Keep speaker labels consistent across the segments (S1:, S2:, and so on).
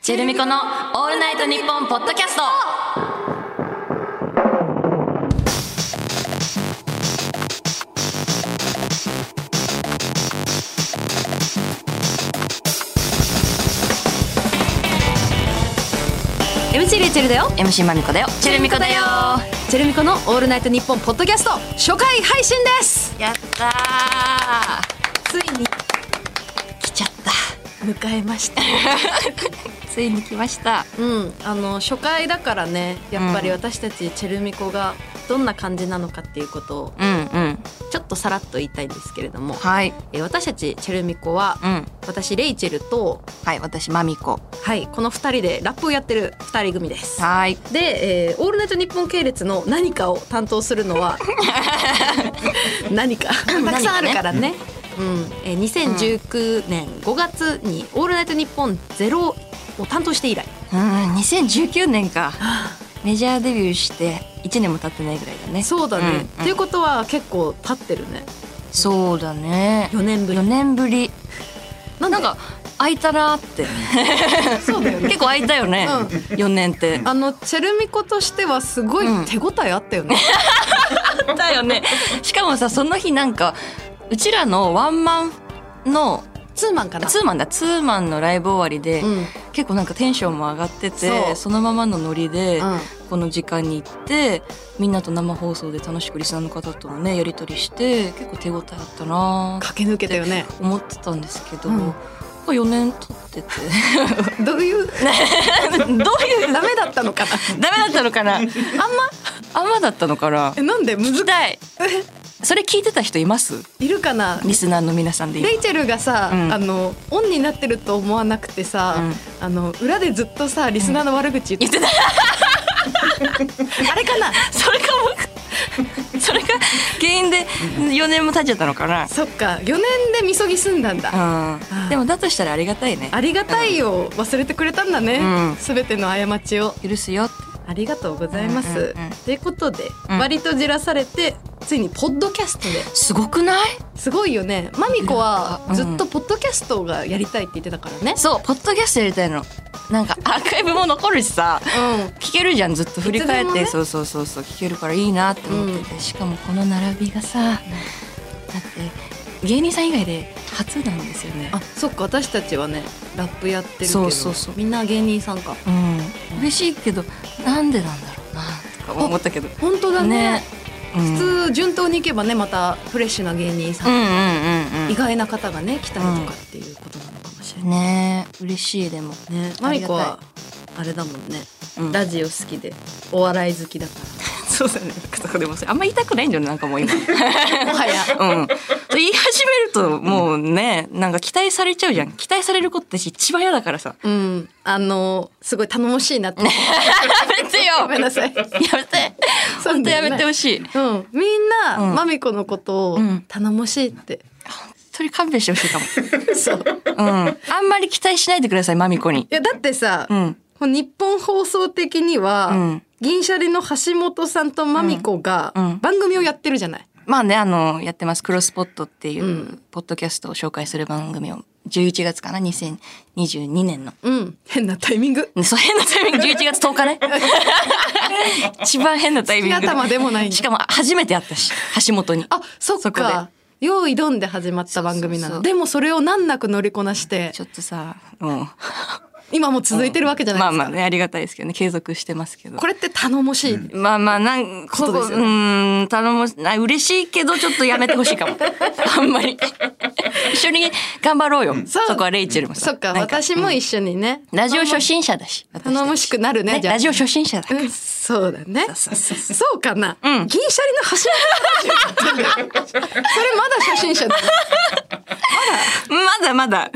S1: チェルミコのオールナイトニッポンポッドキャスト
S2: エムチリエチェルだよ
S1: MC まみこだよチェルミコだよ
S2: チェルミコのオールナイトニッポンポッドキャスト初回配信です
S1: やったー
S2: ついに
S1: 来ちゃっ
S2: 迎えました
S1: たついに来ました
S2: うんあの初回だからねやっぱり
S1: うん
S2: 私たちチェルミコがどんな感じなのかっていうことを
S1: うんうん
S2: ちょっとさらっと言いたいんですけれども、
S1: はい
S2: えー私たちチェルミコは
S1: うん
S2: 私レイチェルと
S1: はい私まみこ
S2: はいこの2人でラップをやってる2人組です
S1: はい
S2: で、えーオールナイトニッポン系列の何かを担当するの は何かたくさんあるからねうんえー2019年5月に「オールナイトニッポンゼロを担当して以来
S1: うん2019年か メジャーデビューして1年も経ってないぐらいだね
S2: そうだね、
S1: うんうん
S2: っていうことは結構経ってるね
S1: そうだね
S2: 4年ぶり
S1: 4年ぶり
S2: なんで
S1: なんか空いたなー って
S2: そうだよね
S1: 結構空いたよね4年って
S2: あのチェルミコとしてはすごい手応えあったよね、
S1: あったよねしかもさその日なんかうちらのワンマンの
S2: ツーマンかな
S1: ツーマンだツーマンのライブ終わりで、
S2: うん
S1: 結構なんかテンションも上がってて
S2: そ
S1: そうのままのノリで、
S2: うん
S1: この時間に行ってみんなと生放送で楽しくリスナーの方ともねやり取りして結構手応えあったなぁ
S2: 駆け抜けたよ ね
S1: 思ってたんですけど、
S2: うん
S1: なんか4年経ってて
S2: どういう
S1: どういう
S2: ダメだった のかな
S1: ダメだったのかなあんまあんまだったのかな
S2: えなんでむ
S1: 聞
S2: ず
S1: きたいそれ聞いてた人います
S2: いるかな
S1: リスナーの皆さんで今
S2: レイチェルがさ、
S1: うん
S2: あのオンになってると思わなくてさ、
S1: うん
S2: あの裏でずっとさリスナーの悪口
S1: 言
S2: 言っ
S1: っててた
S2: あれかな
S1: それかもそれが原因で4年も経っちゃったのかな
S2: そっか4年でみそぎ済んだん
S1: う
S2: だ、
S1: んでもだとしたらありがたいね
S2: ありがたいよ、忘れてくれたんだね、
S1: うん
S2: すべての過ちを
S1: 許すよって
S2: ありがとうございます、
S1: うんうんうん
S2: ということで、
S1: うん
S2: 割とじらされてついにポッドキャストです
S1: ごくない
S2: すごいよねマミコは
S1: うん
S2: ずっとポッドキャストがやりたいって言ってたからね、
S1: そうポッドキャストやりたいのなんかアーカイブも残るしさ
S2: う
S1: 聞けるじゃんずっと振り返っ
S2: いつ
S1: て、
S2: でもね
S1: そうそうそうそう聞けるからいいなって思ってて、しかもこの並びがさだって芸人さん以外で初なんですよね
S2: ん、あそっか私たちはねラップやってるけど
S1: そうそうそう
S2: みんな芸人さんか
S1: うん嬉しいけどなんでなんだろうなとか思ったけど
S2: 本当だね
S1: うん
S2: 普通順当にいけばねまたフレッシュな芸人さ
S1: うん
S2: ん、
S1: うんうん
S2: 意外な方がね来たりとかっていうことなのかもしれ
S1: うん
S2: ない、
S1: ねえ嬉しいでも、
S2: ねマミコはあれだもんね、
S1: うん
S2: ラジオ好きでお笑い好きだか
S1: そうだねそうでもそれあんま言いたくないんだよねなん かもう今
S2: らもはや
S1: うんそれ言い始めるともうねなんか期待されちゃうじゃん期待されることって一番嫌だからさ
S2: うんあのすごい頼もしいなっ て
S1: やめてよ
S2: ごめんな さい
S1: やめて
S2: そう
S1: 本当
S2: だ
S1: や
S2: よね
S1: めてほしい本
S2: うん、みんな、
S1: うん
S2: マミコのことを
S1: うん
S2: 頼もしいって、
S1: 当に勘弁してほしいかも
S2: そうい
S1: うんあんまり期待しないでくださいマミコに
S2: やだってさ、
S1: うん
S2: こう日本放送的には、
S1: うん
S2: 銀シャリの橋本さんとマミコが
S1: うんうん
S2: 番組をやってるじゃない、
S1: まあねあのやってます「クロスポット」っていう、
S2: うん
S1: ポッドキャストを紹介する番組を11月かな2022年の
S2: うん、変なタイミング
S1: ねそう変なタイミング11月10日ね 一番変なタイミング
S2: 月頭でもない
S1: しかも初めて会ったし橋本に
S2: あそっ
S1: そこ
S2: か用意どんで始まった番組
S1: そうそ
S2: な
S1: うそ
S2: の
S1: う
S2: でもそれを難なく乗りこなして
S1: ちょっとさうん
S2: 今も続いてるわけじゃ
S1: ま
S2: ないで
S1: あ
S2: すか、
S1: まあねありがたいですけどね継続してますけど
S2: これって頼もしい、
S1: まあまあなんこ
S2: こ
S1: こ
S2: とで
S1: う
S2: すよね
S1: ーん頼もしあ嬉しいけどちょっとやめてほしいかもあんまり一緒に頑張ろうよそ
S2: そう
S1: こはレイチェルもさ
S2: そっか
S1: なん
S2: 私も一緒にね、
S1: ラジオ初心者だし
S2: 頼もしくなるね
S1: ね
S2: じゃあ
S1: ラジオ初心者だ
S2: うんそうだね
S1: そうそう
S2: そうかな、
S1: うん
S2: 銀シャリの端 それまだ初心者だ
S1: まだまだ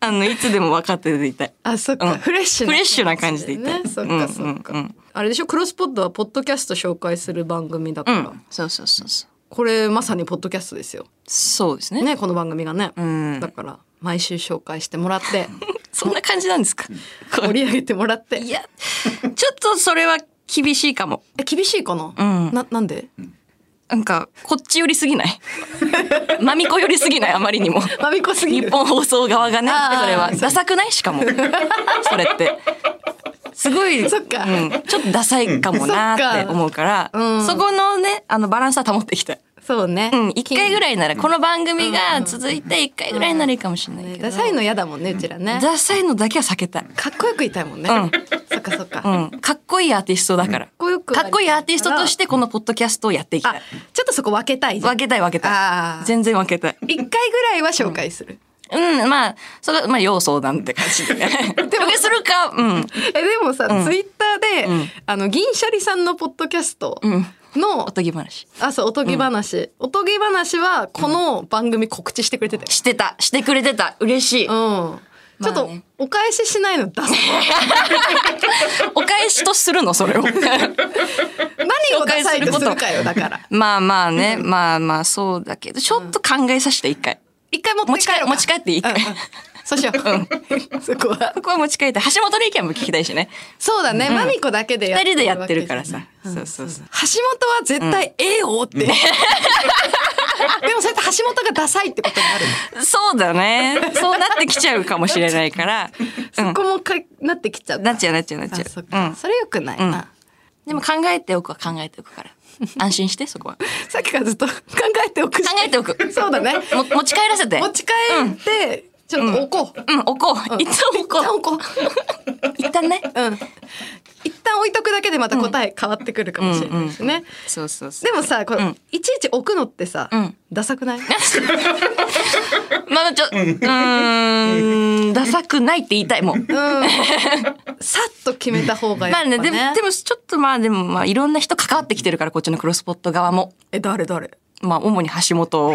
S1: あのいつでも分かってていたい
S2: あそっか、
S1: うん
S2: フレッシュ
S1: フレッシュな感じで言って
S2: ねそっかそっか、
S1: うんうんうん
S2: あれでしょクロスポッドはポッドキャスト紹介する番組だか
S1: う
S2: ら、
S1: んそうそうそうそう
S2: これまさにポッドキャストですよ
S1: そうですね
S2: ねこの番組がね、
S1: うん
S2: だから毎週紹介してもらって
S1: そんな感じなんですか こ
S2: 盛
S1: れ
S2: り上げてもらって
S1: いやちょっとそれは厳しいかも
S2: え厳しいかな、
S1: うん
S2: ななんで
S1: なんかこっち寄りすぎない マミコ寄りすぎないあまりにも
S2: まみこす
S1: 日
S2: ぎる。
S1: 本放送側がね
S2: あー
S1: それはダサくないしかもそれってすごい
S2: そっか
S1: うん、ちょっとダサいかもなーって思うから
S2: そっかうん
S1: そこのねあのバランスは保っていきたい、
S2: そうね。
S1: うん、1回ぐらいならこの番組が続いて1回ぐらいならいいかもしれないけど
S2: ダサいの嫌だもんね、うちらね。
S1: ダサいのだけは避けたい、
S2: かっこよくいたいもんね。
S1: うん
S2: そっかそっか。
S1: う
S2: かっ
S1: ん、かっこいいアーティストだから、
S2: こよく。
S1: かっこいいアーティストとしててこのポッドキャストをやっていきた
S2: あ
S1: い、
S2: ちょっとそこ分けたいじゃん
S1: 分。けたい分けた
S2: あー
S1: い全然分けたい
S2: 一回ぐらいは紹介する。
S1: うん、まあ、それは、まあ、要相談って感 じでね。でも、するか、うん。
S2: えでもさ、
S1: うん
S2: ツイッターで、
S1: うん
S2: あの銀シャリさんのポッドキャスト
S1: うん。
S2: の、
S1: おとぎ話。
S2: あそうおとぎ話、おとぎ話はこの番組告知してくれてたよ
S1: してた。してくれてた。嬉しい。
S2: うん、ちょっ
S1: まあ
S2: と、
S1: ね
S2: お返ししない の出す
S1: お返しとするの、そ れを。
S2: 何をダサいとするかよだから
S1: まあまあね。まあまあ、そうだけど、ちょっと考えさせて、一回。
S2: 一回持って
S1: 持ち
S2: 帰
S1: 帰
S2: ろうか
S1: 持ち帰っていい一回。
S2: うんうんそうしよう、そこは
S1: ここは持ち帰って、橋本の意見も聞きたいしね。
S2: そうだね、マミコだけで
S1: 二人でやってる
S2: わけ
S1: から
S2: じゃな
S1: さ
S2: い。
S1: そうそうそう。
S2: 橋本は絶対ええよって、でもそれって橋本がダサいってことになる
S1: そうだね。そうなってきちゃうかもしれない から。うん。
S2: ここもかなってきちゃった
S1: なっちゃうなっちゃうなっち
S2: あそっか
S1: ゃう。うん。
S2: それよくないな、
S1: うんでも考えておくは考えておくから。安心して、そこは。考
S2: さっきからずっと 考えておくし
S1: えておく。
S2: そうだね
S1: も持ち帰らせて。
S2: 持ち帰って、ちょっと置こう、
S1: うん、置こう。一旦置
S2: 一旦
S1: こ
S2: 置こう
S1: う。一旦ね。
S2: うん一旦置いとくだけでまた答え変わってくるかもしれないしね、
S1: そうそうそ
S2: でもさこれ、
S1: うん
S2: いちいち置くのってさ、
S1: うん。
S2: ダサくないう
S1: まあ、ちょ、うーん、ダサくないって言いたい、もう。
S2: さっと決めた方がいい、
S1: まあね、でも、で
S2: も
S1: も、ちょっとまあ、でも、まあ、いろんな人関わってきてるから、こっちのクロスポット側も。
S2: え誰誰
S1: まあ、主に橋本と、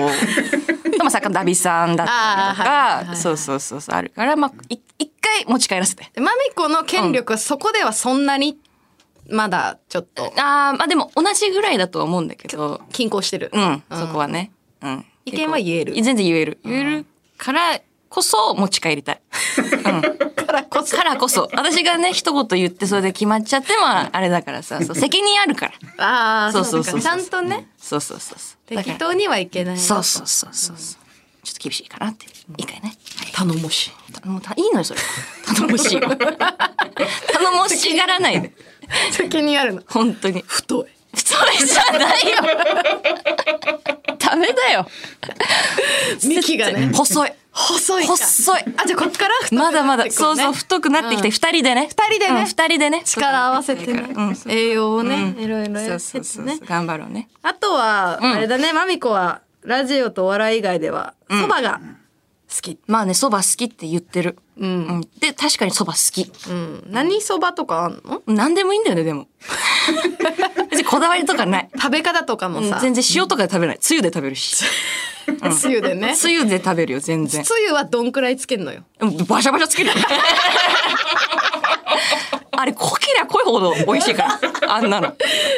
S1: まあ、さっきのダビさんだったりと
S2: あーはいはいはいは
S1: か、
S2: い
S1: そうそうそうそう、あるから、まあ、い一回持ち帰らせて。
S2: マミコの権力はそこではそんなにまだちょっと
S1: あーまあ、でも、同じぐらいだとは思うんだけど、
S2: 均衡してる、
S1: うん、そこはね。うん。
S2: 意見は言える
S1: 全然言える。言えるからこそ持ち帰りたい。
S2: からこそ
S1: からこそ。私がね、一言言ってそれで決まっちゃっては、あれだからさ、 そう責任あるから。
S2: ああ
S1: そうそうそうそう
S2: ちゃんとね
S1: そうそうそうそう。だか
S2: 適
S1: ら
S2: 当にはいけない
S1: そうそうそうそうそう。ちょっと厳しいかなって。一回ね。
S2: 頼もしい
S1: もうたいいのよ、それ。頼もし い。頼もしがらないで。
S2: 責任あるの
S1: 本当に。
S2: 太い
S1: それじゃないよ。ダメだよ。
S2: 幹がね
S1: 細い。
S2: 細いか
S1: 細い。
S2: あじゃあこっから太くな
S1: ま
S2: って
S1: だまだ、
S2: く
S1: そ
S2: の
S1: う
S2: ね
S1: そう、太くなってきて、二人でね。
S2: 二人でね
S1: うん二人でね。
S2: 力合わせてね、
S1: うん
S2: 栄養をね、
S1: うん
S2: いろいろやっ
S1: そ
S2: て
S1: うそうそ
S2: て
S1: う
S2: ね
S1: そう頑張ろうね
S2: あとは、あれだねマミコはラジオとお笑い以外ではそば、蕎麦が好き、
S1: まあねそば好きって言ってる、
S2: うん
S1: うんで確かにそば好き
S2: うん、何そばとかあんの
S1: 何でもいいんだよねでも 別にこだわりとかない
S2: 食べ方とかもさ、
S1: 全然塩とかで食べないつゆで食べる し
S2: つゆでね
S1: つゆで食べるよ全然
S2: つゆはどんくらいつけんのよ
S1: うんバシャバシャつけ るあれ濃けりゃ濃いほど美味しいからあんなのしっ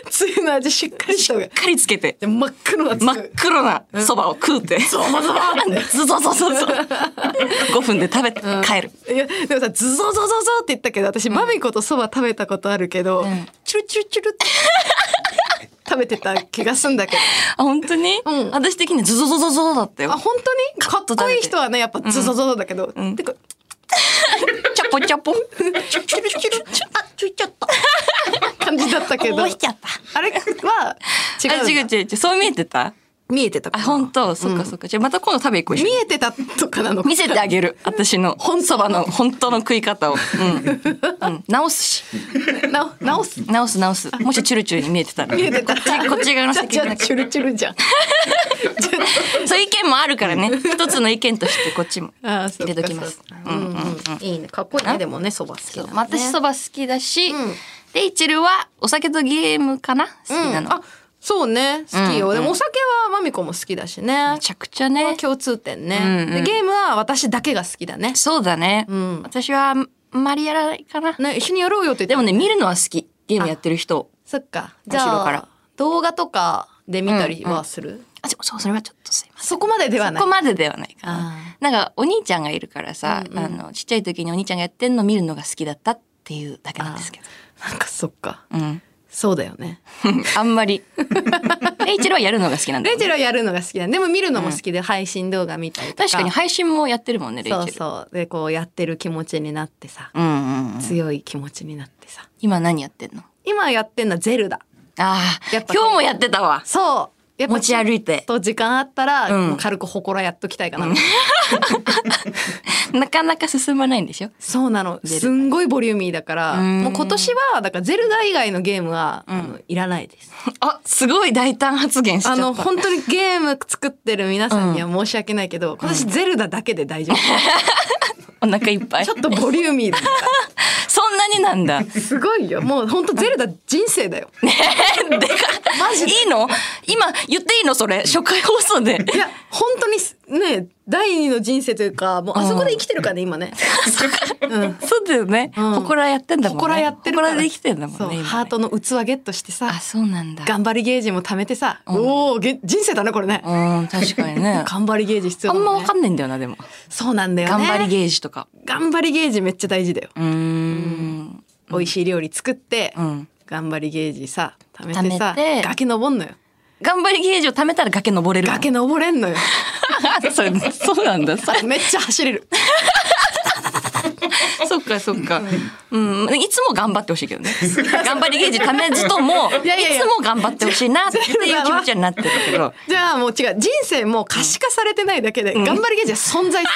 S2: つゆの味しっかりした 方が
S1: かりつけて
S2: で真っ黒なつゆ、
S1: 真っ黒なそばを食うて、そう
S2: ゾワゾワって
S1: そうそうそう そう5分で食べて帰る、
S2: いやでもさズゾゾゾゾって言ったけど私、マミコとそば食べたことあるけど、
S1: ん
S2: チュルチュルチュルって食べてた気がすんだけど
S1: あ本当に、
S2: うん
S1: 私的にズゾゾゾゾだったよ
S2: あ本当にかっこいい人はねやっぱズゾゾゾだけど、てか
S1: チャポチャポ。
S2: チュルチュルチュルチュルあちょいちゃった感じだったけど
S1: 覚えちゃった
S2: あれは違
S1: あ、
S2: う
S1: 違う違う違う。そう見えてた
S2: 見えてたか
S1: あ、
S2: な
S1: 本当そっかそっか。じゃあまた今度食べ行こう一緒
S2: 見
S1: に。
S2: えてたとかなのか
S1: 見せてあげる。 私の本そばの本当の食い方を。 うん。うん。直すし。
S2: な直す
S1: 直す直す。もしチュルチュルに見えてたら。
S2: 見えてた
S1: こっち、こっち側の
S2: じゃあ
S1: 責
S2: じゃ
S1: 任
S2: あ
S1: だか
S2: チュルチュルじゃん
S1: ら。そういう意見もあるからね。一つの意見としてこっちも
S2: あーそ
S1: 入
S2: うか
S1: れときます。
S2: うんうんうんいいねかっこいいねでもねそば好き
S1: そう
S2: だもんね
S1: まあ私そば好きだし
S2: ん、
S1: レイチェルはお酒とゲームかな好きな
S2: うん
S1: の
S2: あ。そうね好きよ、
S1: うん
S2: でもお酒はマミコも好きだしね
S1: めちゃくちゃね。
S2: 共通点ね、
S1: うんうん
S2: でゲームは私だけが好きだね
S1: そうだね。
S2: ん
S1: 私はあんまりやらないかな。
S2: ね一緒にやろうよって言って
S1: でもね、見るのは好き。ゲームやってる人を。
S2: そっか
S1: 後
S2: じゃ
S1: ろから
S2: あ動画とかで見たりはする、
S1: あ、でもそう、それはちょっとすいま
S2: そこまででは
S1: せん。
S2: な
S1: そ
S2: い
S1: こまでではないか
S2: あ
S1: な。なんか、お兄ちゃんがいるからさ、
S2: うんうん
S1: あの、ちっちゃい時にお兄ちゃんがやってんの見るのが好きだったっていうだけなんですけど。
S2: なんかそっか
S1: うん。
S2: そうだよね。
S1: あんま り。レイチェルはやるのが好きなんだ
S2: レ
S1: よ
S2: イチェ
S1: ね。
S2: ルはやるのが好きだ。でも見るのも好きで、配信動画見たりとか。
S1: 確かに配信もやってるもんね、レイチェ
S2: そ
S1: ル。
S2: うそう。で、こうやってる気持ちになってさ、
S1: うんうんうん。
S2: 強い気持ちになってさ。
S1: 今何やってんの
S2: 今やってんのはゼルダ。
S1: ああ、今
S2: やっぱ
S1: 日もやってたわ。
S2: そう。やっぱ
S1: 持ち歩いて
S2: ちょ。っと時間あったら、
S1: うん
S2: もう軽く祠やっときたいかな。
S1: なかなか進まないんでしょ
S2: そうなの。
S1: ゼルダ
S2: すんごいボリューミーだから、
S1: うん
S2: もう今年は、だからゼルダ以外のゲームは、あのいらないです。
S1: あ、すごい大胆発言しちゃ
S2: あ
S1: った。
S2: の、本当にゲーム作ってる皆さんには申し訳ないけど、今年ゼルダだけで大丈夫。
S1: お腹いっぱい。
S2: ちょっとボリューミーだから。
S1: そんなになん だ。
S2: すごいよ。もう本当ゼルダ人生だよ。マジで
S1: いいの今言っていいのそれ。初回放送で。
S2: いや、本当にすね、第二の人生というか、もうあそこで生きてるからね、今ね。
S1: そうだよね。
S2: うん
S1: ほこらやってんだもんね。
S2: ほこらやってるから
S1: ほこらできてんだもんね
S2: そう、
S1: 今ね。
S2: ハートの器ゲットしてさ
S1: あ、、そうなんだ。
S2: 頑張りゲージも貯めてさ、おお、げ人生だね、これね。
S1: うん、確か にね。
S2: 頑張りゲージ必要
S1: あ
S2: だ
S1: んま
S2: もん
S1: わ
S2: ね
S1: か。んないんだよな、でも。
S2: そうなんだよね。
S1: 頑張りゲージとか。
S2: 頑張りゲージめっちゃ大事だよ。
S1: うーん。
S2: 美味しい料理作って、
S1: うん。
S2: 頑張りゲージさ、貯めてさ、
S1: 貯めて
S2: 崖登んのよ。
S1: 頑張りゲージを貯めたら崖登れるの。
S2: 崖登れんのよ。
S1: それそうなんだ。そ
S2: めっちゃ走 れる。
S1: そっかそっか。うん。いつも頑張ってほしいけどね。頑張りゲージ貯めずとも、い
S2: いやいやいや
S1: つも頑張ってほしいなっていう気持ちになってるけ ど。
S2: じゃあもう違う人生もう可視化されてないだけで、頑張りゲージは 存在す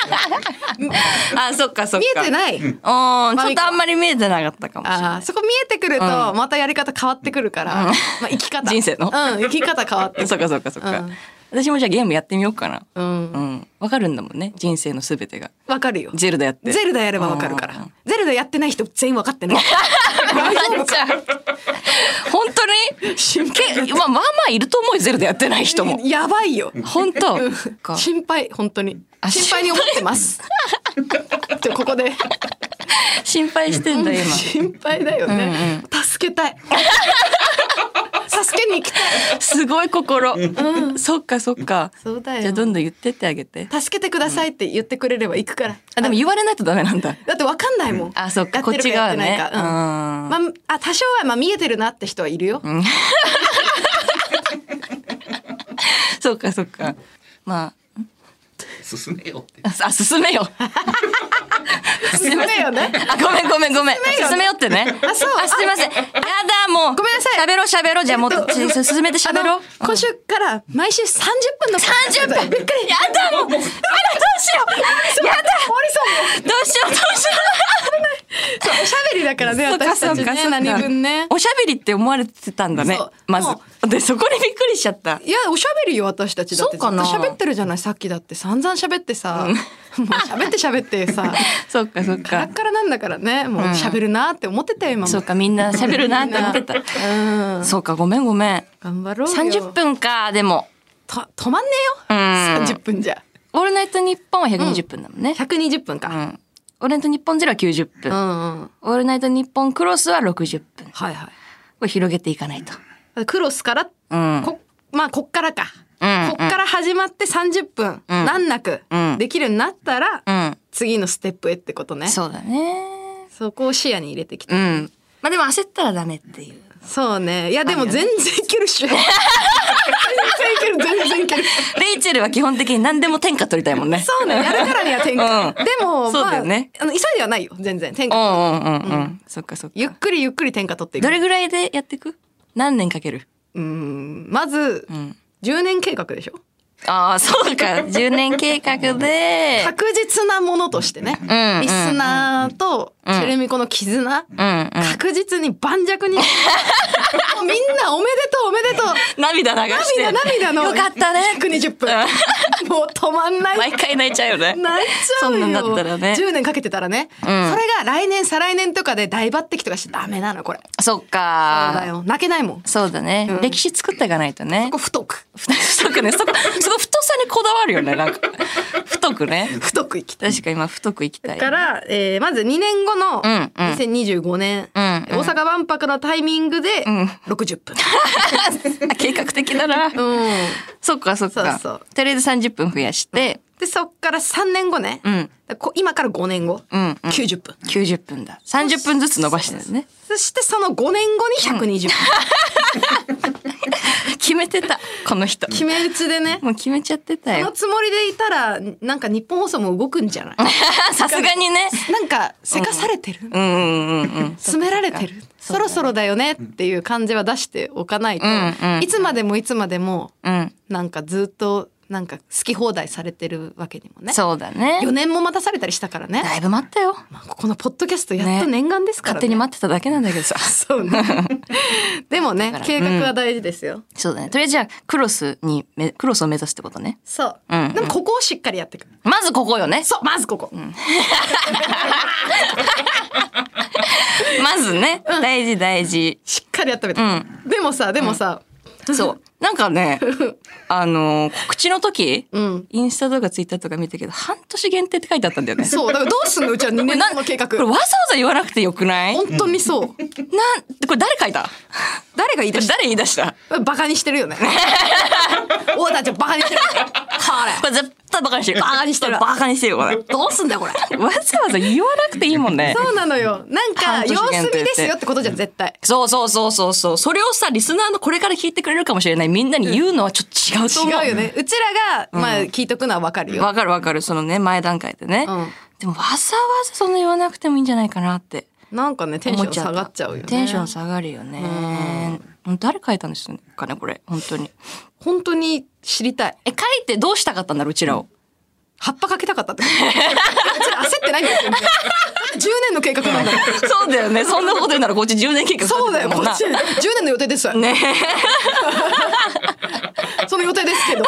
S2: る
S1: あ、そっかそっか。
S2: 見えて
S1: い。
S2: ない、
S1: うん。ちょっとあんまり見えてなかったかもしれ
S2: あ
S1: な
S2: あ
S1: い。
S2: そこ見えてくるとまたやり方変わってくるから、まあ、生き方
S1: 人生の
S2: うん生き方変わって
S1: そっかそっかそっか。
S2: うん
S1: 私もじゃあゲームやってみようかな。
S2: うん
S1: うん。わかるんだもんね。人生のすべてが。
S2: わかるよ
S1: ゼルダやって。
S2: ゼルダやればわかるか
S1: うんうんう
S2: らゼルダやってない人全員わかってない
S1: ダちゃう。本 当にけまあまあまあいると思うよゼルダやってない人も。
S2: やばいよ
S1: 本当か
S2: 心配本当に
S1: あ
S2: 心配に思ってます ちょここで
S1: 心配してんだ今。
S2: 心配だよね、助け たい助けに行きたい
S1: すごい心。そっかそっか。
S2: そうだよ
S1: じゃあどんどん言ってってあげて。
S2: 助けてくださいって言ってくれれば行くから。
S1: あでも言われないとダメなんだ。
S2: だってわかんないもん。
S1: あそっか
S2: やてる
S1: こっち側ね
S2: やってないかうんまあ、あ多少はまあ見えてるなって人はいるよ。
S1: そっかそっか。ま
S3: 進めよって
S1: ああ進めよ。
S2: 進めよね。
S1: あごめんごめんごめん。進めよってね。
S2: あそう
S1: あすいません。やだもう。
S2: ごめんなさい
S1: 喋ろう喋ろうじゃあもうち進めて喋ろう。
S2: あの今週から毎週30分の
S1: 30分
S2: びっくり。
S1: やだもう。あらどうしよう。やだ。
S2: 終わりそう
S1: どうしようどうしよ
S2: そうおしゃべりだからね
S1: う。
S2: 私たち
S1: そっかそっかそ
S2: ね
S1: っか
S2: 何分ね
S1: おしゃべりって思われてたんだね
S2: そう。
S1: まず
S2: も。
S1: でそこにびっくりしちゃった。
S2: いやおしゃべりよ私たちだっ
S1: そ
S2: て
S1: うかな
S2: ずっと喋ってるじゃないさっきだって散々喋ってさ、もう喋って喋ってさ
S1: そっかそっ
S2: カラ
S1: か
S2: ッ。カラなんだからねもう喋るなって思ってたよ今も
S1: そうかみんな喋るなって思ってた。
S2: うん
S1: そうかごめんごめん。
S2: 頑張ろうよ
S1: 三十分かでも。
S2: と止まんね
S1: うん
S2: えよ。30分じゃ。
S1: オールナイトニッポンは百二十分だもんね。
S2: 120分
S1: う
S2: か。
S1: ん。オールナイトニッポンゼロは九十
S2: う
S1: 分。
S2: んうん。
S1: オールナイトニッポンクロスは六十分。こ
S2: はいは
S1: れ広げていかないと。
S2: い。クロスから、
S1: うん。
S2: こ、まあこっからか。
S1: うん
S2: こっから始まって30分、難なく
S1: うん
S2: できるようになったら、
S1: うん。
S2: 次のステップへってことね。
S1: そうだね。
S2: そこを視野に入れてきて。
S1: うん。まあでも焦ったらダメっていう。
S2: そうね。いやでも全然いける っしょ。全然いける、全然いける。
S1: レイチェルは基本的に何でも天下取りたいもんね。
S2: そうね。やるからには転換。
S1: うん
S2: でも、
S1: そうだ
S2: まあ、あ
S1: よ
S2: の
S1: ね
S2: 急いではないよ。全然。転
S1: う
S2: 換。
S1: んうんうんうん。そっかそっか。
S2: ゆっくりゆっくり転換取っていく
S1: ど。れぐらいでやっていく何年かける
S2: うん。まず
S1: ん、
S2: 10年計画でしょ。
S1: ああ、そうか。10年 計画で。
S2: 確実なものとしてね、
S1: んうん
S2: リスナーとチェルミコの絆、
S1: うんうん。
S2: 確実に盤 石にもうみんなおめでとうおめでとう
S1: 涙流して。
S2: 涙涙の
S1: よかったね。
S2: 120分もう止まんない
S1: 毎回泣いちゃうよね。
S2: 泣いちゃう
S1: そ
S2: よ
S1: んなんだったらね
S2: 10年かけてたらね、それが来年再来年とかで大抜擢とかしちゃダメなのこれそ
S1: そっ
S2: うだ
S1: か。
S2: よ泣けないもん
S1: そうだね。歴史作っていかないとね
S2: ここ。太く
S1: 太くね。そこ、そこ太さにこだわるよね。なんか。太くね。
S2: 太く生きたい
S1: 確か今太く生きたい。
S2: から、えーまず2年後の
S1: んうん
S2: 2025年、
S1: うんうん
S2: 大阪万博のタイミングで
S1: ん
S2: 60分、
S1: 計画的だな。
S2: うん
S1: そっかそっ
S2: そう
S1: か。
S2: そう
S1: とりあえず30分増やして、
S2: でそっから3年後ね、
S1: うん
S2: こ今から5年後、
S1: うん、うん、
S2: 90分
S1: 90分だ30分ずつ伸ばしてるね
S2: そしてその5年後に120分、
S1: 決めてたこの人
S2: 決め打ち でね
S1: もう決めちゃってた
S2: そ
S1: よ
S2: のつもりでいたらなんか日本放送も動くんじゃない
S1: さすがにね
S2: なんかせかされてる、
S1: うんうんうんうん
S2: 詰められてるそ,、ろそろだよねっていう感じは出しておかないと、
S1: うんうん
S2: いつまでもいつまでも
S1: うん
S2: なんかずっとなんか好き放題されてるわけにもね
S1: そうだね
S2: 4年も待たされたりしたからね、
S1: だいぶ待ったよ
S2: まあ、ここのポッドキャストやっと念願ですから、ね
S1: 勝手に待ってただけなんだけどさ
S2: そうね でもね
S1: ら
S2: 計画は大事ですよ、
S1: そうだねとりあえずじゃあクロスにめクロスを目指すってことね
S2: そう、
S1: うんうん
S2: でもここをしっかりやっていく
S1: まずここよね
S2: そうまずここ、
S1: まずね大事大事
S2: しっかりやっためて、でもさでもさ、
S1: そうなんか ねあのー告知の時
S2: うん
S1: インスタとかツイッターとか見たけど半年限定って書いてあったんだよね
S2: そうだからどうすんのうちは2年後の計画
S1: これわざわざ言わなくてよくないなん
S2: 本当にそう
S1: これ誰書いた
S2: 誰が言い出し
S1: 誰言い出した
S2: たバカにしてる よねオーダーちゃんバカにしてるこ
S1: これ絶対バカにしてる
S2: バカにしてる
S1: バカにしてるよこれ
S2: れどうすんだよこれ
S1: わざわざ言わなくていいもんね。
S2: そうなのよなんか
S1: 半
S2: 様
S1: 年限定っ
S2: 子
S1: て
S2: 見ですよってことじゃん絶対
S1: そうそうそうそうそう。それをさ、リスナーのこれから聞いてくれるかもしれないみんなに言うのはちょっと違うと
S2: 違う
S1: 思う。
S2: よねうちらがまあ聞いとくのはわかるよ、
S1: わかるわかる。そのね、前段階でね。
S2: うん
S1: でもわざわざそんな言わなくてもいいんじゃないかなって
S2: なんかねテンシ
S1: 思っ
S2: ョン
S1: ちゃった。
S2: 下がっちゃうよね
S1: テンション下がるよね。誰書いたんですかね、これ。本当に。
S2: 本当に知りたい
S1: え、書いてどうしたかったんだろう、うち らを。
S2: 葉っぱかけたかったってことうちら焦ってないんだよ全然だって10年の計画なんだから
S1: そうだよね。そんなこと言うならこっち10年計画
S2: そうだよ、こっち。
S1: 立
S2: 10
S1: てて
S2: 年の予定ですわ
S1: たもんなね
S2: その予定ですけ ど。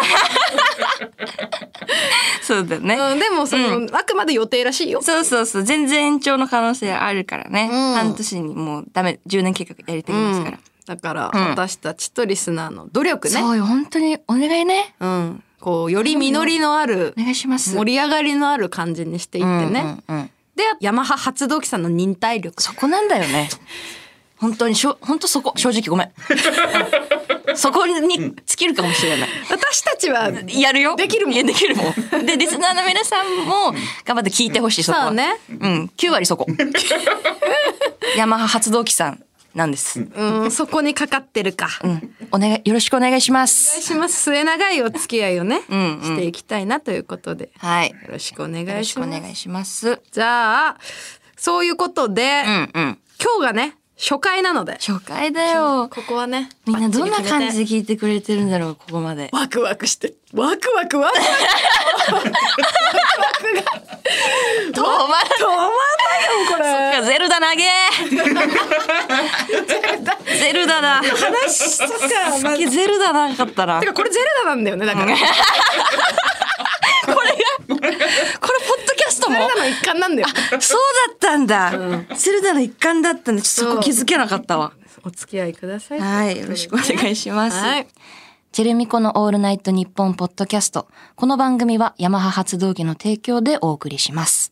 S1: そうだよね。
S2: うん、でも、その、あくまで予定らしいよ。
S1: そうそうそう。全然延長の可能性あるからね。
S2: うん
S1: 半年にもうダメ、10年計画やりたいですから。
S2: だから、
S1: うん
S2: 私たちとリスナーの努力ね。
S1: そうよ、本当にお願いね。
S2: うん。こう、より実りのある
S1: お、願いします。
S2: 盛り上がりのある感じにしていって
S1: うん
S2: ね。
S1: うんうん
S2: で、ヤマハ発動機さんの忍耐力。
S1: そこなんだよね。本当にしょ、本当そこ、正直ごめん。 うんそこに尽きるかもしれない。
S2: 私たちは、
S1: やるよ。
S2: できるもん
S1: いやできるもん。で、リスナーの皆さんも頑張って聞いてほしい、そこは。
S2: そうね
S1: うん、9割 そこ。ヤマハ発動機さんなんです。うん、
S2: うん、そこにかかってるか。お
S1: お願い、よろしくお願いします。
S2: 願いします。末長いお付き合いをね、
S1: んうん
S2: していきたいなということで。
S1: はい。
S2: よろしくお願
S1: よろ
S2: い
S1: し
S2: し
S1: くお
S2: ます。
S1: 願いします。
S2: じゃあ、そういうことで、
S1: うんうん。
S2: 今日がね、初回なので。
S1: 初回だよ。
S2: ここはね、
S1: みんなどんな感じ
S2: バッチリ決めて
S1: で聞いてくれてるんだろう、ここまで。
S2: ワクワクして、ワクワクワクワク
S1: 止まら
S2: 止まんないよ、
S1: ゼルダ投 げーゼルダだ。
S2: これ。話しとか、まあて
S1: ゼルダなかったな。これ
S2: か、これゼルダなんだよね、だから。ゼ
S1: が、これポッドキャストも
S2: ルダの一環なんだよ。
S1: そうだったんだ、ゼルダの一環だったんだ。ちょっとそこ気づけなかったわ。
S2: お付き合いください。
S1: はい、よろしくお願いします。
S2: はい。
S1: チェルミコのオールナイトニッポンポッドキャスト。この番組はヤマハ発動機の提供でお送りします。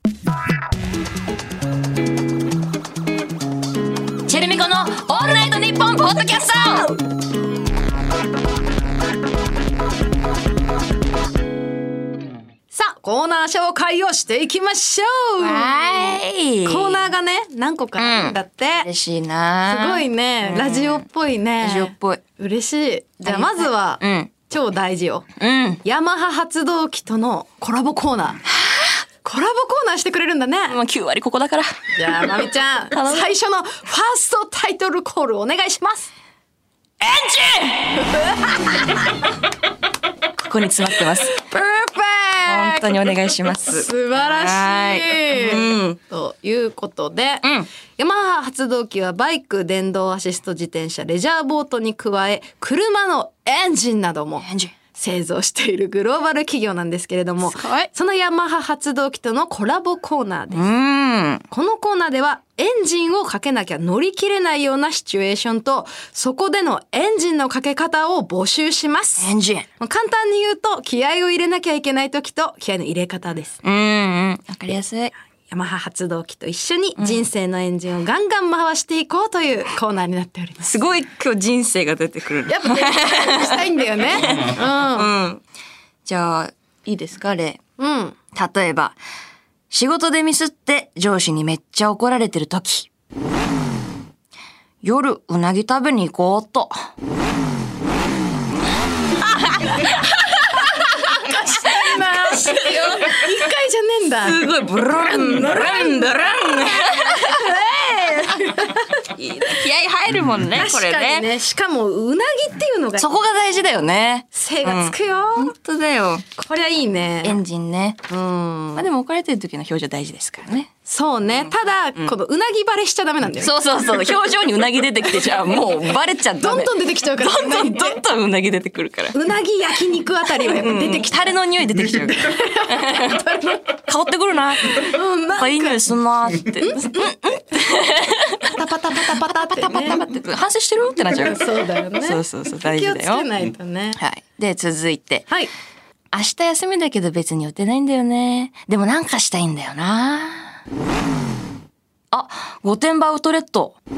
S1: チェルミコのオールナイトニッポンポッドキャスト
S2: さあ、コーナー紹介をしていきましょう。
S1: はい。
S2: コーナーがね、何個かあるんだって。
S1: 嬉
S2: す
S1: しいな
S2: ごいね、ラジオっぽいね。
S1: ラジオっぽい。
S2: 嬉しい。じゃあ、まずは
S1: うん、
S2: 超大事よ。
S1: うん。
S2: ヤマハ発動機とのコラボコーナー。コラボコーナーしてくれるんだね。
S1: もう9割ここだから。
S2: じゃあ、まみちゃん、
S1: 頼む
S2: 最初のファーストタイトルコールお願いします。
S1: エンジンここに詰まって ます。
S2: パー
S1: 本
S2: フ
S1: 当
S2: ェク
S1: にお願いします。
S2: ト素晴らし、
S1: はいうん
S2: ということで、
S1: うん
S2: ヤマハ発動機はバイク、電動アシスト自転車、レジャーボートに加え、車のエンジンなども。
S1: エンジン
S2: 製造しているグローバル企業なんですけれども
S1: すごい
S2: そのヤマハ発動機とのコラボコーナーです
S1: うん。
S2: このコーナーではエンジンをかけなきゃ乗り切れないようなシチュエーションとそこでのエンジンのかけ方を募集します。
S1: エンジン。
S2: 簡単に言うと気合を入れなきゃいけない時と気合の入れ方です。
S1: うんうん。わかりやすい。
S2: ヤマハ発動機と一緒に人生のエンジンをガンガン回していこうというコーナーになっております。
S1: すごい今日人生が出てくるね
S2: やっぱね、したいんだよね。うん。
S1: うん。じゃあ、いいですか、例。
S2: うん。
S1: 例えば、仕事でミスって上司にめっちゃ怒られてる時。夜、うなぎ食べに行こうっと。
S2: 一回じゃねえんだ。
S1: すごい、ブルン、ブルン、ブルン。いいね気合入るもんね、こ
S2: 確
S1: れ
S2: かに
S1: ね。
S2: ね。しかもうなぎっていうのが
S1: そこが大事だよね。
S2: 精がつくよ。
S1: 本当だよ。
S2: こりゃいい
S1: エ
S2: ね。
S1: ンジンね。
S2: うん
S1: まあ。でも怒られてる時の表情大事ですからね。
S2: そうね。ただ、このうなぎバレしちゃダメなんだよね。
S1: そうそうそう。 表情にうなぎ出てきてじゃあもうバレちゃった
S2: どん
S1: ね。
S2: どん出てきちゃうから。
S1: どんどんどんどんうなぎ出てくるから。
S2: うなぎ焼肉あたりはやっぱ出てき
S1: タレの匂い出てきちゃうから。香ってくるな。
S2: た。うん、な
S1: あいい匂いすんなって。
S2: パタパタパタパタパ
S1: パ
S2: タ
S1: タ
S2: パ
S1: パ
S2: タ
S1: タ
S2: パ
S1: パタ反省してるってなっちゃう
S2: タ。
S1: から。
S2: そうだよね。
S1: そうそうそう大
S2: 気
S1: 事
S2: をつ
S1: だよ。
S2: けないとね。
S1: はい。で続いて
S2: はい。
S1: 明日休みだけど別に予定ないんだよね。でもなんかしたいんだよな。あ、御殿場アウトレット。
S2: い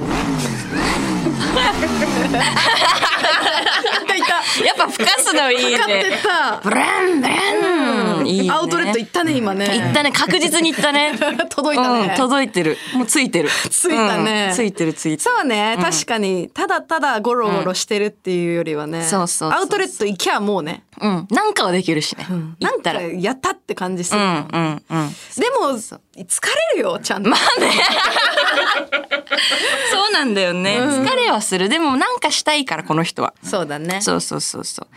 S2: たいた。
S1: やっぱ吹かすのいい
S2: 買っ
S1: ね。
S2: てた。
S1: ブランブラン。いいね。
S2: アウトレット行ったね、今ね。
S1: 行ったね確実に行ったね。
S2: 届いたね
S1: うん、届いてる。もうついてる。
S2: ついたね
S1: うんついてるついてる。
S2: そうね、確かにただただゴロゴロしてるっていうよりはね、
S1: そうそうそうそう
S2: アウトレット行きゃもうね、
S1: うん。なんかはできるしね。行
S2: な
S1: っ
S2: ん
S1: た。
S2: から
S1: うん
S2: やったって感じす
S1: う
S2: る、
S1: んうん。
S2: でも疲れるよちゃんと、
S1: そうなんだよね。疲れはする。でもなんかしたいからこの人は。
S2: そうだね
S1: そうそうそうそう。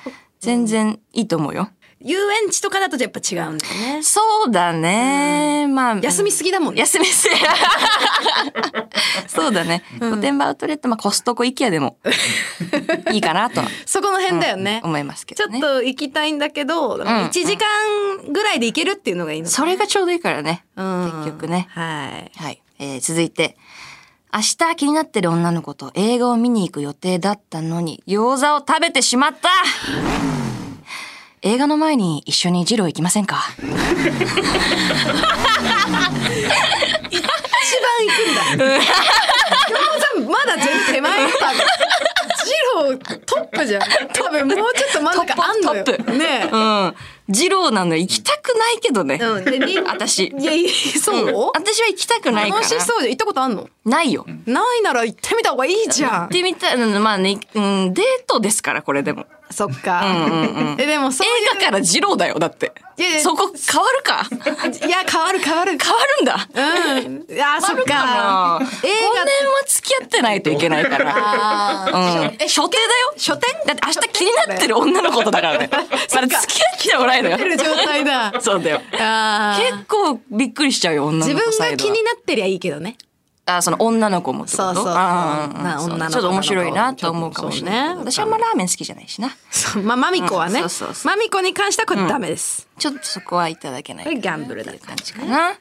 S1: 全然いいと思うよ。
S2: 遊園地とかだとやっぱ違うんだよね
S1: そうだね。まあ
S2: 休みすぎだもんね
S1: 休みすぎ。そうだね。御殿場アウトレット、まあコストコ、イケアでもいいかなとは
S2: そこの辺だよね、
S1: 思いますけ
S2: ちょ
S1: ど
S2: っ
S1: ね。
S2: と行きたいんだけど、1時間ぐらいで行けるっていうのがいいの
S1: それがちょうどいいからね。
S2: うん
S1: 結局ね。
S2: はい
S1: はい。えー続いて。明日気になってる女の子と映画を見に行く予定だったのに、餃子を食べてしまった映画の前に一緒にジロー行きませんか
S2: 一番行くんだ餃子まだ全然手前多分ジロートップじゃん多分もうちょっと真ん中あんのよ
S1: トップトップ
S2: ねえ
S1: うん。ジローなのよ行きたくないけどね。
S2: うん、でりん
S1: 私。
S2: いやいやそう、
S1: 私は行きたくないから。
S2: 楽しそうじゃん行ったことあんの
S1: ないよ。
S2: ないなら行ってみた方がいいじゃ
S1: 行っ
S2: ん
S1: てみたい。うんまあね、うん、デートですから、これでも。
S2: そっか、えでもそういう
S1: 映画からジローだよ、だって
S2: いやい。や
S1: そこ変わる か変わ
S2: いや変わる変わる
S1: るんだ。
S2: うんいやそ
S1: あ
S2: っか
S1: るかな往
S2: 映
S1: 年は付き合ってないといけないから。
S2: 画
S1: うん、え初手だよ
S2: 書店
S1: だって明日気になってる女の子とだから ねそれ付き合ってもないのよ
S2: 出る状態だ
S1: そうだよ
S2: あー
S1: 結構びっくりしちゃうよ女
S2: 自
S1: の子
S2: 分
S1: サ
S2: が
S1: イド
S2: 気
S1: は
S2: になってりゃいいけどね
S1: あその女の子もってこと
S2: そうそうそう
S1: あー
S2: な
S1: そう
S2: 女の子
S1: ちょっと面白いなと思うかもしれない
S2: そうね
S1: 私あんまラーメン好きじゃないしな
S2: そうまあマミコはね、
S1: うんそうそうそう
S2: マミコに関してはこれダメです、
S1: ちょっとそこはいただけない
S2: これギャンブルだ
S1: っていう感じかなはい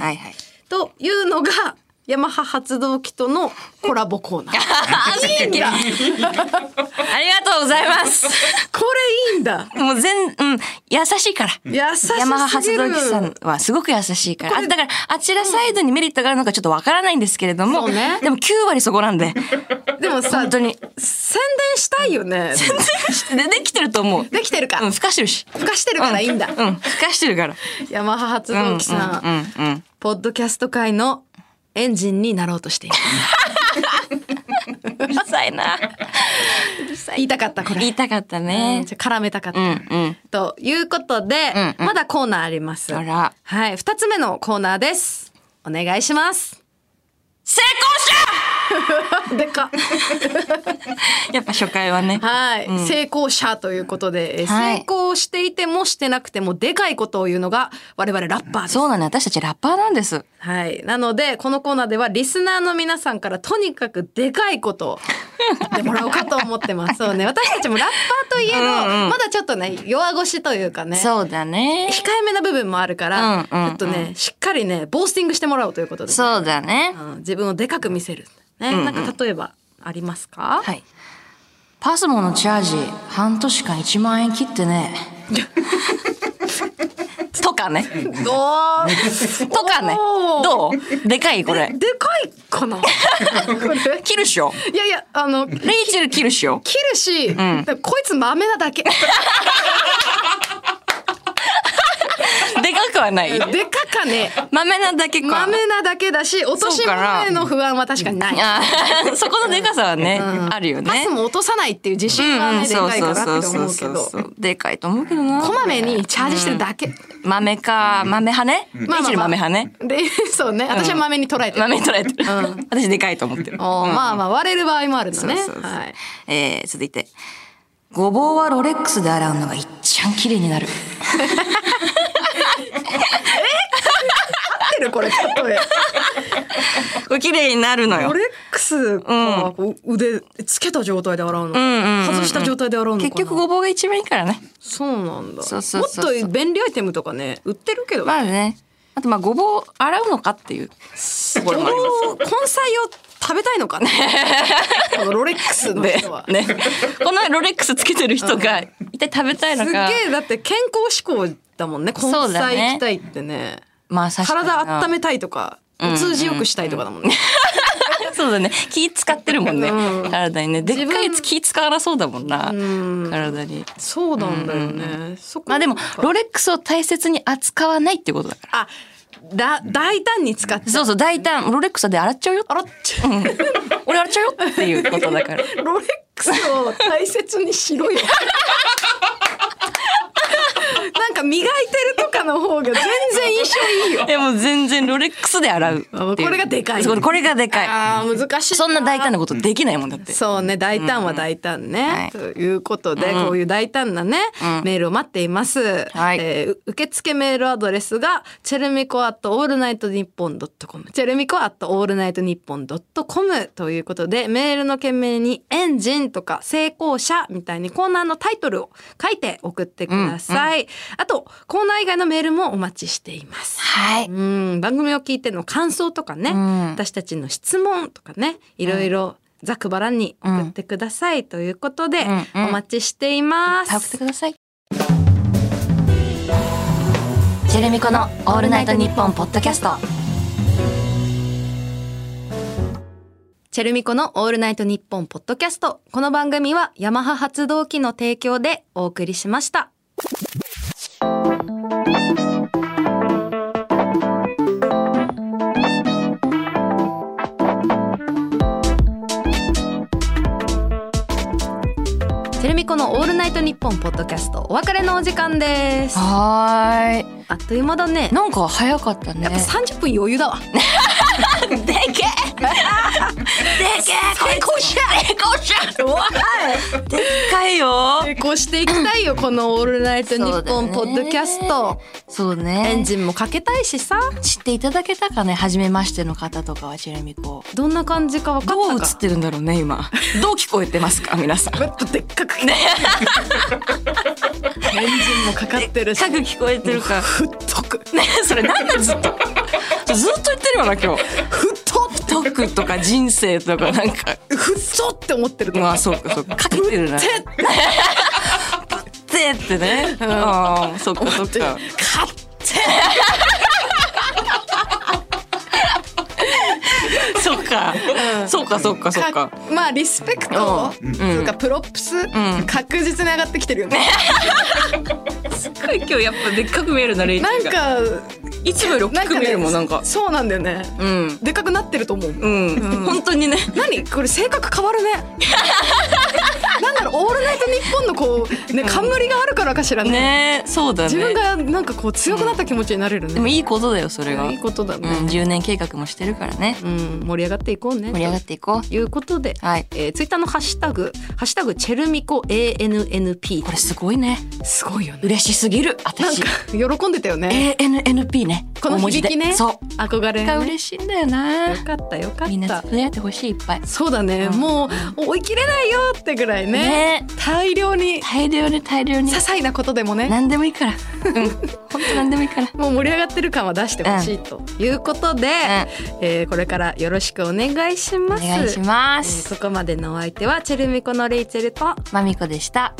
S2: はい
S1: はい
S2: というのがヤマハ発動機とのコラボ コーナーいいんだ
S1: ありがとうございます
S2: これいいんだ
S1: もう全うん優しいから
S2: 優しすぎる
S1: ヤマハ発動機さんはすごく優しいから。あだから、あちらサイドにメリットがあるのかちょっとわからないんですけれども、
S2: そうね
S1: でも9割そこなん で、
S2: でもさ
S1: 本当に。
S2: 宣伝したいよね
S1: で、できてると思う。
S2: できてるか、
S1: うん、ふかしてるし。
S2: ふかしてるからいいんだ、
S1: うん、ふかしてるから。
S2: ヤマハ発動機さん,、
S1: うん、うん。
S2: ポッドキャスト界のエンジンになろうとしている
S1: うるさいな。
S2: 言いたかったこれ
S1: 言いたかったね。
S2: じゃあ絡めたかった、
S1: うん、うん。
S2: ということで、
S1: うんうん
S2: まだコーナーあります
S1: あら
S2: はい二つ目のコーナーですお願い します
S1: 成功
S2: でか
S1: 者やっぱ初回はね。
S2: はい、成功者ということで、えー
S1: はい
S2: 成功していてもしてなくてもでかいことを言うのが我々ラッパーです。
S1: そうなの、私たちラッパーなんです。
S2: はい、なのでこのコーナーではリスナーの皆さんからとにかくでかい ことを言ってもらおうかと思ってます。そうね、私たちもラッパーといえど、まだちょっとね弱腰というかね。
S1: そうだね。
S2: 控えめな部分もあるから、
S1: うんうんうん
S2: ちょっとねしっかりねボースティングしてもらおうということで、
S1: そうだね。
S2: うん自分をでかく見せる、ねなんか例えばありますか、
S1: はい。パスモのチャージ、半年間1万円切ってね。 とかね。
S2: どう
S1: とかね。
S2: おー
S1: どうでかいこれ。
S2: でかいかな これ
S1: 切るっしょ。
S2: いやいやあの切
S1: レイチェル切るっしょ。
S2: るし、 こいつ豆なだけ
S1: くはない。
S2: でかかね
S1: 豆なだけか。
S2: 豆なだけだし落とし物への不安は確かにない、
S1: あーそこのでかさはね、
S2: うん
S1: あるよね。
S2: パスも落とさないっていう自信はね、でかいかなって思うけど
S1: う。でかいと思うけどな。
S2: こまめにチャージしてるだけ、
S1: 豆か、豆派ね。レ
S2: まあまあまあ
S1: イジル豆派ね。
S2: でそうね私はまめに捉えてる、
S1: 豆に捉えてる。 私でかいと思ってる。
S2: おーまあまあ割れる場合もあるの
S1: そう
S2: ね
S1: そうそう
S2: はい
S1: えー続いて。ごぼうはロレックスで洗うのがいっちゃん綺麗になる。
S2: 合ってるこれ例え
S1: これ綺麗になるの
S2: ロ
S1: よ。
S2: レックスか、こう腕つけた状態で洗うのか、
S1: うんうん
S2: 外した状態で洗うのかな
S1: 結局ごぼうが一番いいからね。
S2: そうなんだ
S1: そうそうそうそう
S2: もっと便利アイテムとかね売ってるけど、
S1: まあね。あとまあごぼう洗うのかっていう。
S2: これも根菜を食べたい のかねこのロレックスの
S1: で
S2: 人は、
S1: ね。このロレックスつけてる人が一体食べたい
S2: すっ
S1: の
S2: げ
S1: か。
S2: えだって健康志向だもんね根
S1: そうだ
S2: 菜
S1: ね
S2: 行きたいってね
S1: まあ確かにな
S2: 体温めたいとかお通じよくしたいとかだもんね、
S1: そうだね。気使ってるもんね。
S2: うん
S1: 体にね。でっかいやつ気使わなそうだもんな。
S2: うん
S1: 体に。
S2: そうなんだよね、そこ
S1: まあでも、ロレックスを大切に扱わないってことだから。
S2: あだ大胆に使って
S1: そうそう、大胆、ロレックスで洗っちゃうよ。
S2: 洗っちゃ
S1: うん。俺洗っちゃうよっていうことだから。
S2: うロレックスを大切にし ろよなんか磨いてるとかの方が全然印象いいよ
S1: いやもう全然ロレックスで洗うっていう。
S2: あこれがでかい
S1: そうこれがでかい。
S2: あー難しい
S1: そんな大胆なことできないもんだって。
S2: そうね大胆は大胆ね、
S1: うん
S2: ということで、こういう大胆なね、
S1: うん
S2: メールを待っています、
S1: はい
S2: えーう受付メールアドレスがチェルミコアットオールナイトニッポンドットコムチェルミコアットオールナイトニッポンドットコムということでメールの件名にエンジンとか成功者みたいにコーナーのタイトルを書いて送ってください、あとコーナー以外のメールもお待ちしています。
S1: はいう
S2: ん番組を聞いての感想とかね、
S1: うん
S2: 私たちの質問とかねいろいろざくばらんに送ってくださいということで、
S1: うんうん
S2: お待ちしています。
S1: 食べてください。ジェレミコのオールナイトニッポンポッドキャスト。
S2: チェルミコのオールナイトニッポンポッドキャストこの番組はヤマハ発動機の提供でお送りしました。チェルミコのオールナイトニッポンポッドキャストお別れのお時間です。あ
S1: はー
S2: っという間だね
S1: い。。なんか早かったね。
S2: やっぱ三十分余裕だわ。
S1: でけえでけえ成功者成功者でっかいよ
S2: 成功していきたいよこのオールナイトニッポンポッドキャスト。
S1: そう
S2: エン
S1: ね
S2: ジンもかけたいしさ
S1: 知っていただけたかね初めましての方とかはちなみにこう
S2: どんな感じか分か
S1: どう映
S2: っ
S1: った
S2: か
S1: てるんだろうね今どう聞こえてますか皆さん
S2: もっとでっか く、エンジンもかかってるし
S1: かく聞こえてるか
S2: ふっとく
S1: ねそれなんでずっとずっと言ってるよな今日
S2: ふっと
S1: 太くとか人生とかなんか
S2: ふっとって思ってると
S1: まあそうかそうかかけてるなぶってってねああそっかそっか
S2: 買って
S1: そっか、そうかそうかそうか。
S2: まあリスペクト
S1: うん
S2: というかプロップス、
S1: ん
S2: 確実に上がってきてるよね
S1: すっごい今日やっぱでっかく見えるなレイ
S2: なんか
S1: いつもより大きく見えるもんなんか。
S2: そうなんだよね
S1: うん
S2: でかくなってると思う
S1: うん、本当にね。
S2: 何これ性格変 わるねなんだろうオールナイトニッポンのこうね冠があるからかしらね
S1: ねそうだね。
S2: 自分がなんかこう強くなった気持ちになれるね。
S1: でもいいことだよそれが。
S2: いいことだね。
S1: うん10年計画もしてるからね
S2: うん、盛り上がっていこうね。
S1: 盛り上がっていこと
S2: いうことで、
S1: う。はい。
S2: えー、ツイッターのハッシュタグハッシュタグチェルミコ ANNP
S1: これすごいね。
S2: すごいよね。
S1: 嬉しすぎる
S2: なん
S1: 私
S2: か。喜んでたよね。
S1: A N N P ね。
S2: この
S1: 大文字で
S2: 響きね
S1: そう。
S2: 憧れ、
S1: が
S2: ね。
S1: 嬉しいんだよな
S2: よ。かったよか
S1: みん
S2: っ
S1: な
S2: た
S1: つ。ぶやいてほしいいっぱい。
S2: そうだね。
S1: うん
S2: もう追い切れないよってぐらいね。
S1: ね。
S2: 大量に些
S1: 大量に大量に。
S2: 細なことでもね。
S1: 何でもいいから。うん。 本当何でもいいから。
S2: もう盛り上がってる感は出してほしいということで、えーこれからよろしくお願いし
S1: お
S2: ます。
S1: 願いしま
S2: えー
S1: す。
S2: ここまでのお相手はチェルミコのレイチェルと
S1: まみこでした。